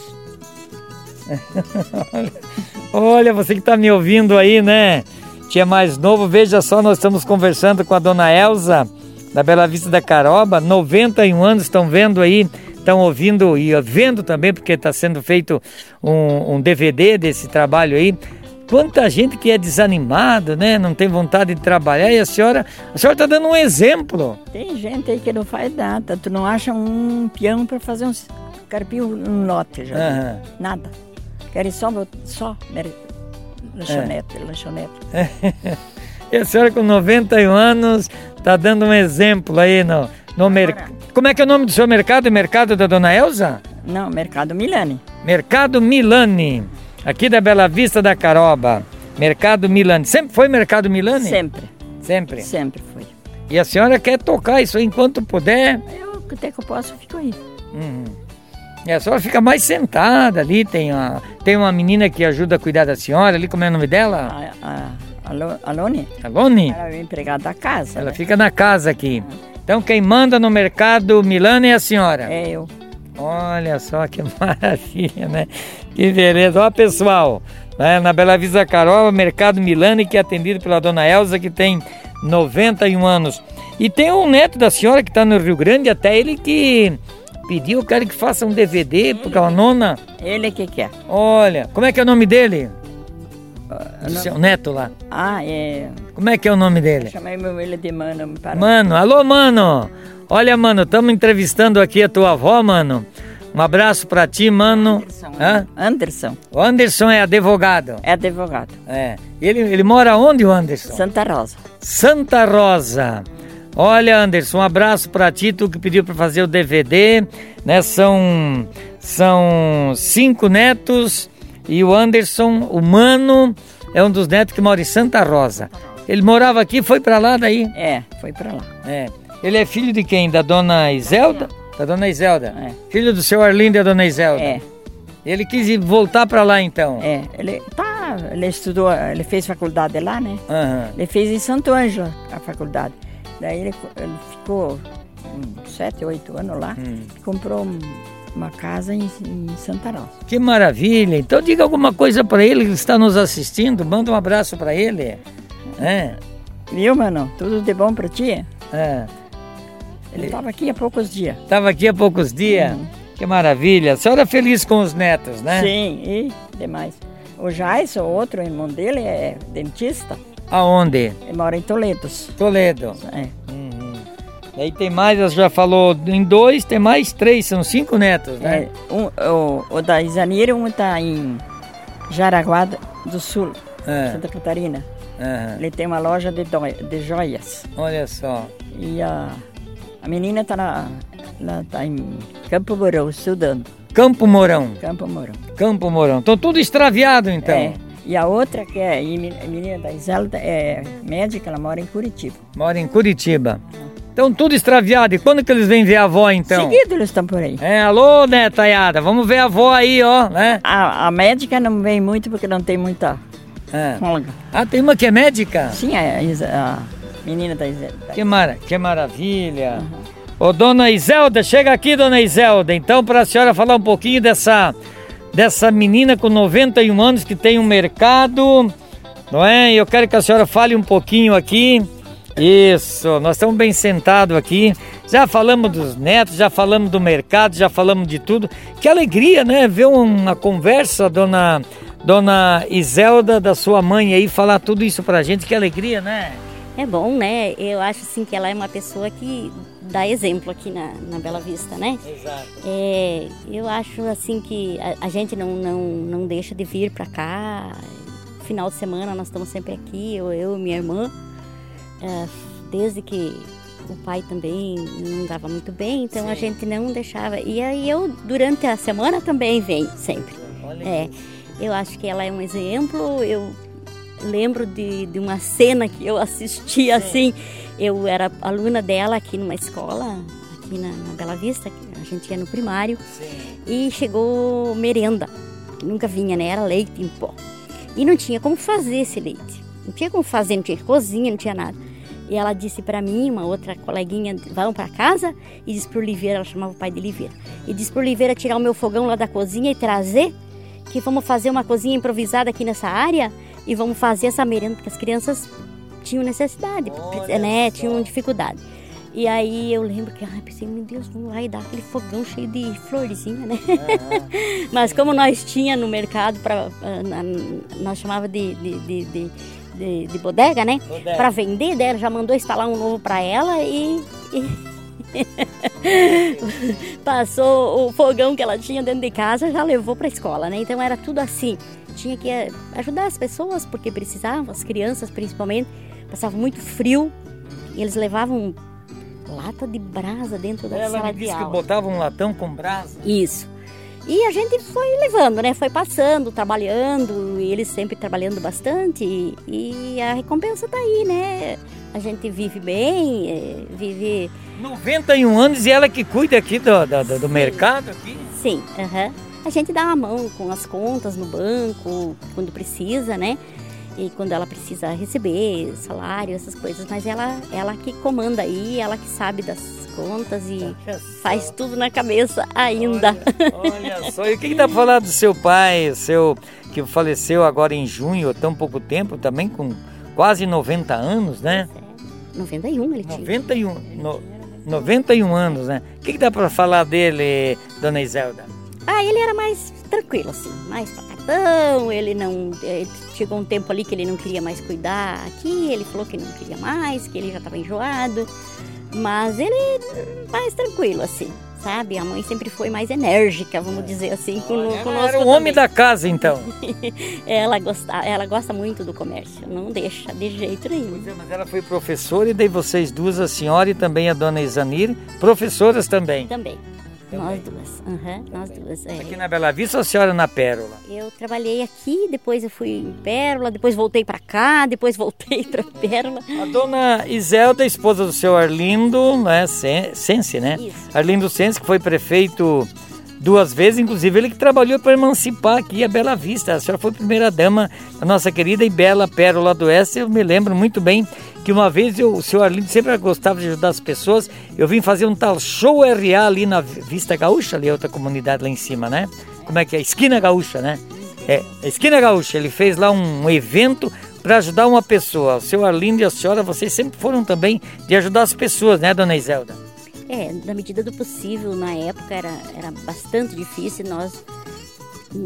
Olha, você que tá me ouvindo aí, né? Que é mais novo, veja só, nós estamos conversando com a dona Elza, da Bela Vista da Caroba, 91 anos, estão vendo aí, estão ouvindo e vendo também, porque está sendo feito um, um DVD desse trabalho aí. Quanta gente que é desanimado, né? Não tem vontade de trabalhar e a senhora, a senhora está dando um exemplo.
Tem gente aí que não faz nada, tu não acha um peão para fazer um carpio, um lote já.
Aham.
Nada. Querem só, bot- só mer- lanchonete,
É.
lanchonete.
E a senhora com 91 anos está dando um exemplo aí no, no mercado. Como é que é o nome do seu mercado? É Mercado da Dona Elza?
Não, Mercado Milani.
Mercado Milani, aqui da Bela Vista da Caroba. Mercado Milani. Sempre foi Mercado Milani?
Sempre,
Sempre.
sempre foi.
E a senhora quer tocar isso aí enquanto puder.
Eu, até que eu posso, eu fico aí.
Uhum. E a senhora fica mais sentada ali. Tem uma, tem uma menina que ajuda a cuidar da senhora ali. Como é o nome dela?
A, a, a, Lo- a Lone,
Alone?
ela é empregada da casa.
Ela
né?
fica na casa aqui. Então quem manda no mercado Milani é a senhora.
É eu.
Olha só que maravilha, né? Que beleza. Ó, pessoal, né, na Bela Vista Carola, Mercado Milani, que é atendido pela dona Elza, que tem 91 anos. E tem um neto da senhora que está no Rio Grande, até ele que pediu, eu quero que faça um DVD, porque a nona.
Ele que quer.
Olha, como é que é o nome dele?
Ah,
Do
não-
seu neto lá.
Ah, é.
Como é que é o nome dele?
Chamei meu ele de mano, me parou.
Mano, alô, mano. Olha, mano, estamos entrevistando aqui a tua avó, mano. Um abraço pra ti, mano.
Anderson. né?
Hã?
Anderson.
O Anderson é advogado.
É advogado.
É. Ele, ele mora onde, o Anderson?
Santa Rosa.
Santa Rosa. Olha, Anderson, um abraço pra ti, tu que pediu pra fazer o DVD, né? São, são cinco netos e o Anderson, o mano, é um dos netos que mora em Santa Rosa. Ele morava aqui, foi pra lá daí.
É, foi pra lá.
É. Ele é filho de quem? Da dona Iselda? Da dona Iselda.
É.
Filho do seu Arlindo e da dona Iselda.
É,
Ele quis ir voltar pra lá então.
é. Ele tá, ele estudou, ele fez faculdade lá, né?
Aham.
Ele fez em Santo Ângelo a faculdade. Daí ele, co- ele ficou uns sete, oito anos lá. Comprou um- uma casa em, em Santa Rosa.
Que maravilha! Então diga alguma coisa para ele que está nos assistindo, manda um abraço para ele. É,
Viu, mano? Tudo de bom pra ti?
é.
Ele tava aqui há poucos dias.
Tava aqui há poucos dias. Que maravilha. A senhora é feliz com os netos, né?
Sim, e demais. O Jason, outro irmão dele, é dentista.
Aonde?
Ele mora em Toledo.
Toledo.
É.
Aí tem mais, ela já falou em dois, tem mais três, são cinco netos, né?
É, um, o, o da Isanira, um está em Jaraguá do Sul,
É.
Santa Catarina.
Aham.
Ele tem uma loja de, doi- de joias.
Olha só.
E a, a menina está na, na, tá em Campo Mourão, estudando.
Campo Mourão.
Campo Mourão.
Campo Mourão. Estão tudo extraviado, então.
É. E a outra, que é e a menina da Iselda, é médica, ela mora em Curitiba.
Mora em Curitiba. Estão tudo extraviado. E quando que eles vêm ver a avó, então?
Seguido eles estão por aí.
É, alô, netaiada. Vamos ver a avó aí, ó, né?
A, a médica não vem muito porque não tem muita
É.
folga.
Ah, tem uma que é médica?
Sim, a, Isa- a menina da Iselda.
Que, mara que maravilha! Ô, dona Iselda, chega aqui, dona Iselda, então, para a senhora falar um pouquinho dessa, dessa menina com 91 anos que tem um mercado, não é? Eu quero que a senhora fale um pouquinho aqui. Isso, nós estamos bem sentados aqui. Já falamos dos netos, já falamos do mercado, já falamos de tudo. Que alegria, né? Ver uma conversa, dona, dona Iselda, da sua mãe aí, falar tudo isso pra gente. Que alegria, né?
É bom, né? Eu acho assim que ela é uma pessoa que dá exemplo aqui na, na Bela Vista, né?
Exato.
É, eu acho assim que a, a gente não, não, não deixa de vir pra cá. Final de semana nós estamos sempre aqui, eu, eu e minha irmã. É, desde que o pai também não dava muito bem, então a gente não deixava. E aí eu, durante a semana, também venho sempre.
Olha
É, eu acho que ela é um exemplo. Eu lembro de, de uma cena que eu assisti assim. Eu era aluna dela aqui numa escola, aqui na, na Bela Vista, que a gente ia no primário,
Sim.
e chegou merenda, que nunca vinha, né? Era leite em pó. E não tinha como fazer esse leite. Não tinha como fazer, não tinha cozinha, não tinha nada. E ela disse para mim, uma outra coleguinha, vão para casa, e disse para Oliveira, ela chamava o pai de Oliveira, e disse para Oliveira tirar o meu fogão lá da cozinha e trazer, que vamos fazer uma cozinha improvisada aqui nessa área e vamos fazer essa merenda, porque as crianças tinham necessidade,
Olha
né,
só.
tinham dificuldade. E aí eu lembro que, ai, pensei, meu Deus, vamos lá e dar aquele fogão cheio de florezinha, né? Mas como nós tinha no mercado, pra, ah, na- nós chamava de, de, de, de, de- de bodega, né?
Bodega.
Para vender, dela já mandou instalar um novo para ela e, e passou o fogão que ela tinha dentro de casa, já levou para escola, né? Então era tudo assim, tinha que eh, ajudar as pessoas porque precisavam, as crianças principalmente, passavam muito frio e eles levavam lata de brasa dentro da
Ela
sala
me
de
disse que
aula.
botava um latão com brasa.
Isso. E a gente foi levando, né? Foi passando, trabalhando, e eles sempre trabalhando bastante. E, e a recompensa tá aí, né? A gente vive bem, eh, vive.
91 anos e ela que cuida aqui do, do, do- do mercado aqui.
Sim, aham. a gente dá uma mão com as contas no banco, quando precisa, né? E quando ela precisa receber salário, essas coisas. Mas ela, ela que comanda aí, ela que sabe das contas e
Tá
faz tudo na cabeça ainda.
Olha, olha só, e o que, que dá pra falar do seu pai, seu que faleceu agora em junho, há tão pouco tempo, também com quase 90 anos, né?
91 ele tinha.
91, no, 91 anos, né? O que, que dá pra falar dele, dona Iselda?
Ah, ele era mais tranquilo, assim, mais pacatão, ele não... eh, Chegou um tempo ali que ele não queria mais cuidar aqui, ele falou que não queria mais, que ele já estava enjoado, mas ele eh, mais tranquilo, assim, sabe? A mãe sempre foi mais enérgica, vamos dizer assim, com,
É. Ela
conosco
era um o homem
também.
da casa, então.
Ela gosta, ela gosta muito do comércio, não deixa de jeito nenhum.
Pois é, mas ela foi professora e daí vocês duas, a senhora e também a dona Isanir, professoras também.
Também,
Também.
nós duas, aham, nós duas, é.
Aqui na Bela Vista ou a senhora na Pérola?
Eu trabalhei aqui, depois eu fui em Pérola, depois voltei pra cá, depois voltei pra Pérola.
A dona Iselda, esposa do seu Arlindo, né? Sen- Sense, né?
Isso.
Arlindo Sense, que foi prefeito duas vezes, inclusive ele que trabalhou para emancipar aqui a Bela Vista. A senhora foi primeira dama da nossa querida e bela Pérola do Oeste. Eu me lembro muito bem que uma vez eu- o seu Arlindo sempre gostava de ajudar as pessoas. Eu vim fazer um tal show RA ali na Vi- Vista Gaúcha, ali é outra comunidade lá em cima, né? Como é que é? Esquina Gaúcha, né? É, Esquina Gaúcha, ele fez lá um evento para ajudar uma pessoa. O seu Arlindo e a senhora, vocês sempre foram também de ajudar as pessoas, né, dona Iselda?
É, na medida do possível, na época era, era bastante difícil. Nós,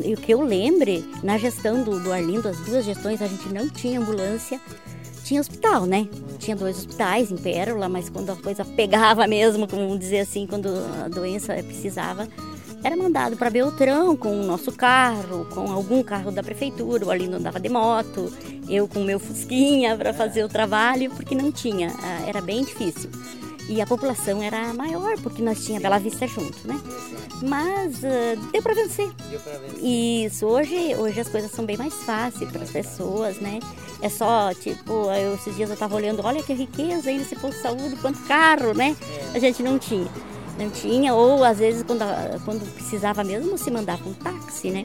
e o que eu lembre, na gestão do, do Arlindo, as duas gestões, a gente não tinha ambulância, tinha hospital, né? Tinha dois hospitais em Pérola, mas quando a coisa pegava mesmo, como dizer assim, quando a doença precisava, era mandado para Beltrão com o nosso carro, com algum carro da prefeitura, o Arlindo andava de moto, eu com o meu fusquinha para fazer o trabalho, porque não tinha, ah, era bem difícil. E a população era maior, porque nós tinha Bela Vista junto, né? Mas ah, deu para vencer.
Deu pra ver.
Isso, hoje, hoje as coisas são bem mais fáceis para as pessoas, né? É só, tipo, eu, esses dias eu estava olhando, olha que riqueza, hein, esse posto de saúde, quanto carro, né? A gente não tinha. Não tinha, ou às vezes quando, a- quando precisava mesmo se mandava um táxi, né?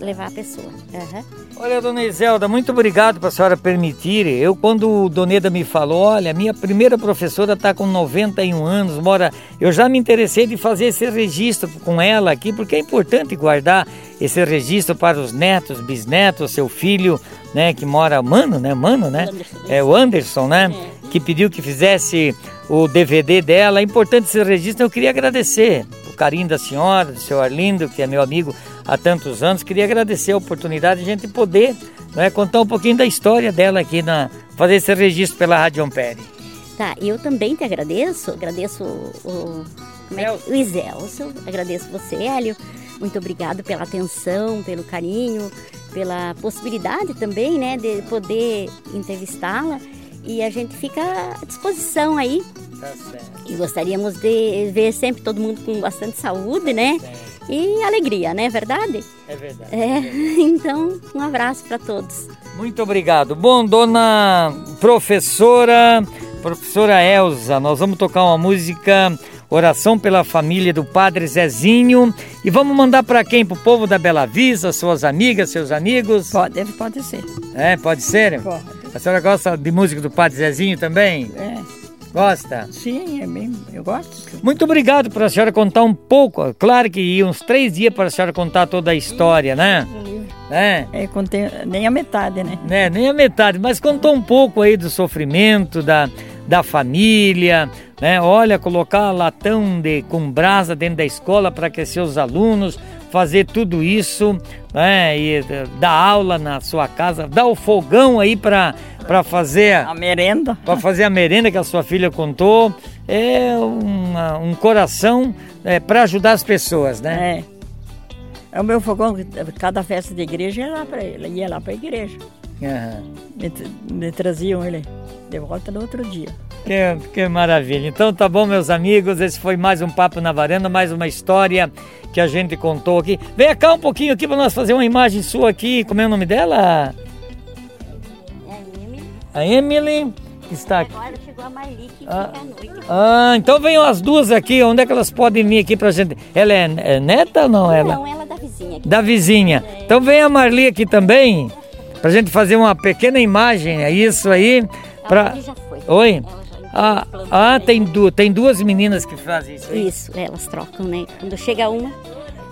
É.
Levar a pessoa. Aham.
Olha, dona Iselda, muito obrigado para a senhora permitir. Eu, quando o Doneda me falou, olha, minha primeira professora está com 91 anos, mora. Eu já me interessei de fazer esse registro com ela aqui, porque é importante guardar esse registro para os netos, bisnetos, seu filho, né, que mora. Mano, né? Mano, né?
Anderson.
É o Anderson, né? Que pediu que fizesse o DVD dela. É importante esse registro. Eu queria agradecer o carinho da senhora, do seu Arlindo, que é meu amigo há tantos anos. Queria agradecer a oportunidade de a gente poder né, contar um pouquinho da história dela aqui, na, fazer esse registro pela Rádio Ampere.
Tá, e eu também te agradeço, agradeço o, o, como é que- o Iselso, agradeço você, Hélio. Muito obrigado pela atenção, pelo carinho, pela possibilidade também, né, de poder entrevistá-la. E a gente fica à disposição aí.
Tá certo.
E gostaríamos de ver sempre todo mundo com bastante saúde, né? E alegria, né? Verdade?
É verdade.
É. Então, um abraço para todos.
Muito obrigado. Bom, dona professora, professora Elza, nós vamos tocar uma música Oração pela Família do Padre Zezinho e vamos mandar para quem? Pro povo da Bela Vista, suas amigas, seus amigos.
Pode, pode ser.
É, pode ser?
Pode.
A senhora gosta de música do Padre Zezinho também?
É,
Gosta?
sim, é bem, eu gosto. sim.
Muito obrigado para a senhora contar um pouco. Claro que ia uns três dias para a senhora contar toda a história, né? É.
É, contém nem a metade, né?
né? Nem a metade, mas contou um pouco aí do sofrimento da, da família, né? Olha, colocar latão de com brasa dentro da escola para aquecer os alunos, fazer tudo isso, né? E eh, dar aula na sua casa, dar o fogão aí para para fazer
A merenda.
para fazer a merenda que a sua filha contou. É uma- um coração para ajudar as pessoas, né?
É. É O meu fogão, cada festa de igreja ia lá para ele, ia lá para a igreja.
Aham.
Me, tra- me traziam ele de volta no outro dia.
Que, que maravilha. Então tá bom, meus amigos. Esse foi mais um Papo na Varanda, mais uma história que a gente contou aqui. Vem cá um pouquinho aqui para nós fazer uma imagem sua aqui. Como é o nome dela? A Emily que está aqui.
É, Agora chegou a Marli que
Ah.
fica à noite.
Ah, então venham as duas aqui. Onde é que elas podem vir aqui pra gente? Ela é, é neta ou não? Ela?
Não, ela é da vizinha. aqui.
da vizinha. Então vem a Marli aqui também, pra gente fazer uma pequena imagem, é isso aí.
A
Pra...
Marli já foi.
Oi?
Ela já entrou
Ah,
no plano
ah
também.
tem, du tem duas meninas que fazem isso aí.
Isso, elas trocam, né? Quando chega uma.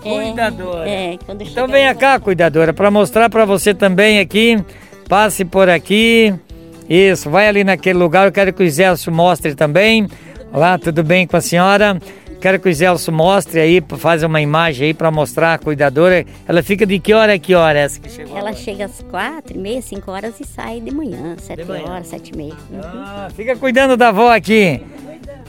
é-
Cuidadora.
É, quando chega
Então venha
uma-
cá, cuidadora, pra mostrar pra você também aqui. Passe por aqui. Isso, vai ali naquele lugar. Eu quero que o Zelso mostre também. Olá, tudo bem com a senhora? Quero que o Zelso mostre aí, faz uma imagem aí pra mostrar a cuidadora. Ela fica de que hora a que hora é essa que chegou?
Ela
agora?
chega às quatro e meia, cinco horas e sai de manhã, sete
manhã.
horas, sete e meia. Uhum.
Ah, fica cuidando da avó aqui.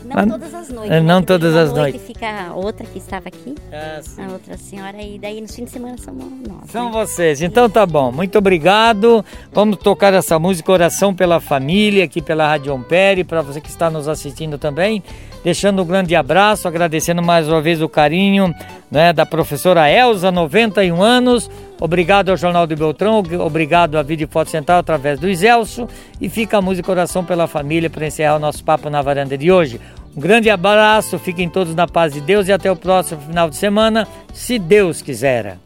Não
Mas-
todas as noites.
É, não
Porque
todas
uma
as
noite
noites.
Fica a outra que estava aqui, a outra senhora, e daí no fim de semana são né? nós.
São vocês. Então tá bom. Muito obrigado. Vamos tocar essa música Oração pela Família aqui pela Rádio Ampere para você que está nos assistindo também. Deixando um grande abraço, agradecendo mais uma vez o carinho né, da professora Elza, 91 anos. Obrigado ao Jornal do Beltrão, obrigado à Vídeo Foto Central através do Iselso. E fica a música Oração pela Família para encerrar o nosso papo na varanda de hoje. Um grande abraço, fiquem todos na paz de Deus e até o próximo final de semana, se Deus quiser.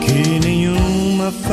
Que nenhuma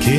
Que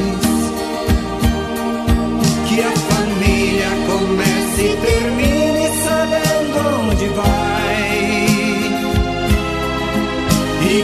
que a família comece e termine sabendo onde vai. E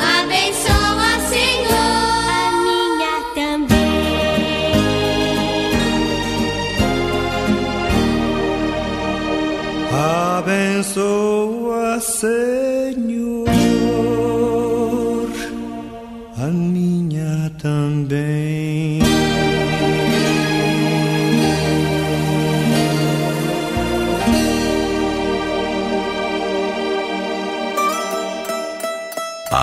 Abençoa, Senhor, a minha também.
Abençoa, Senhor, a minha também.
A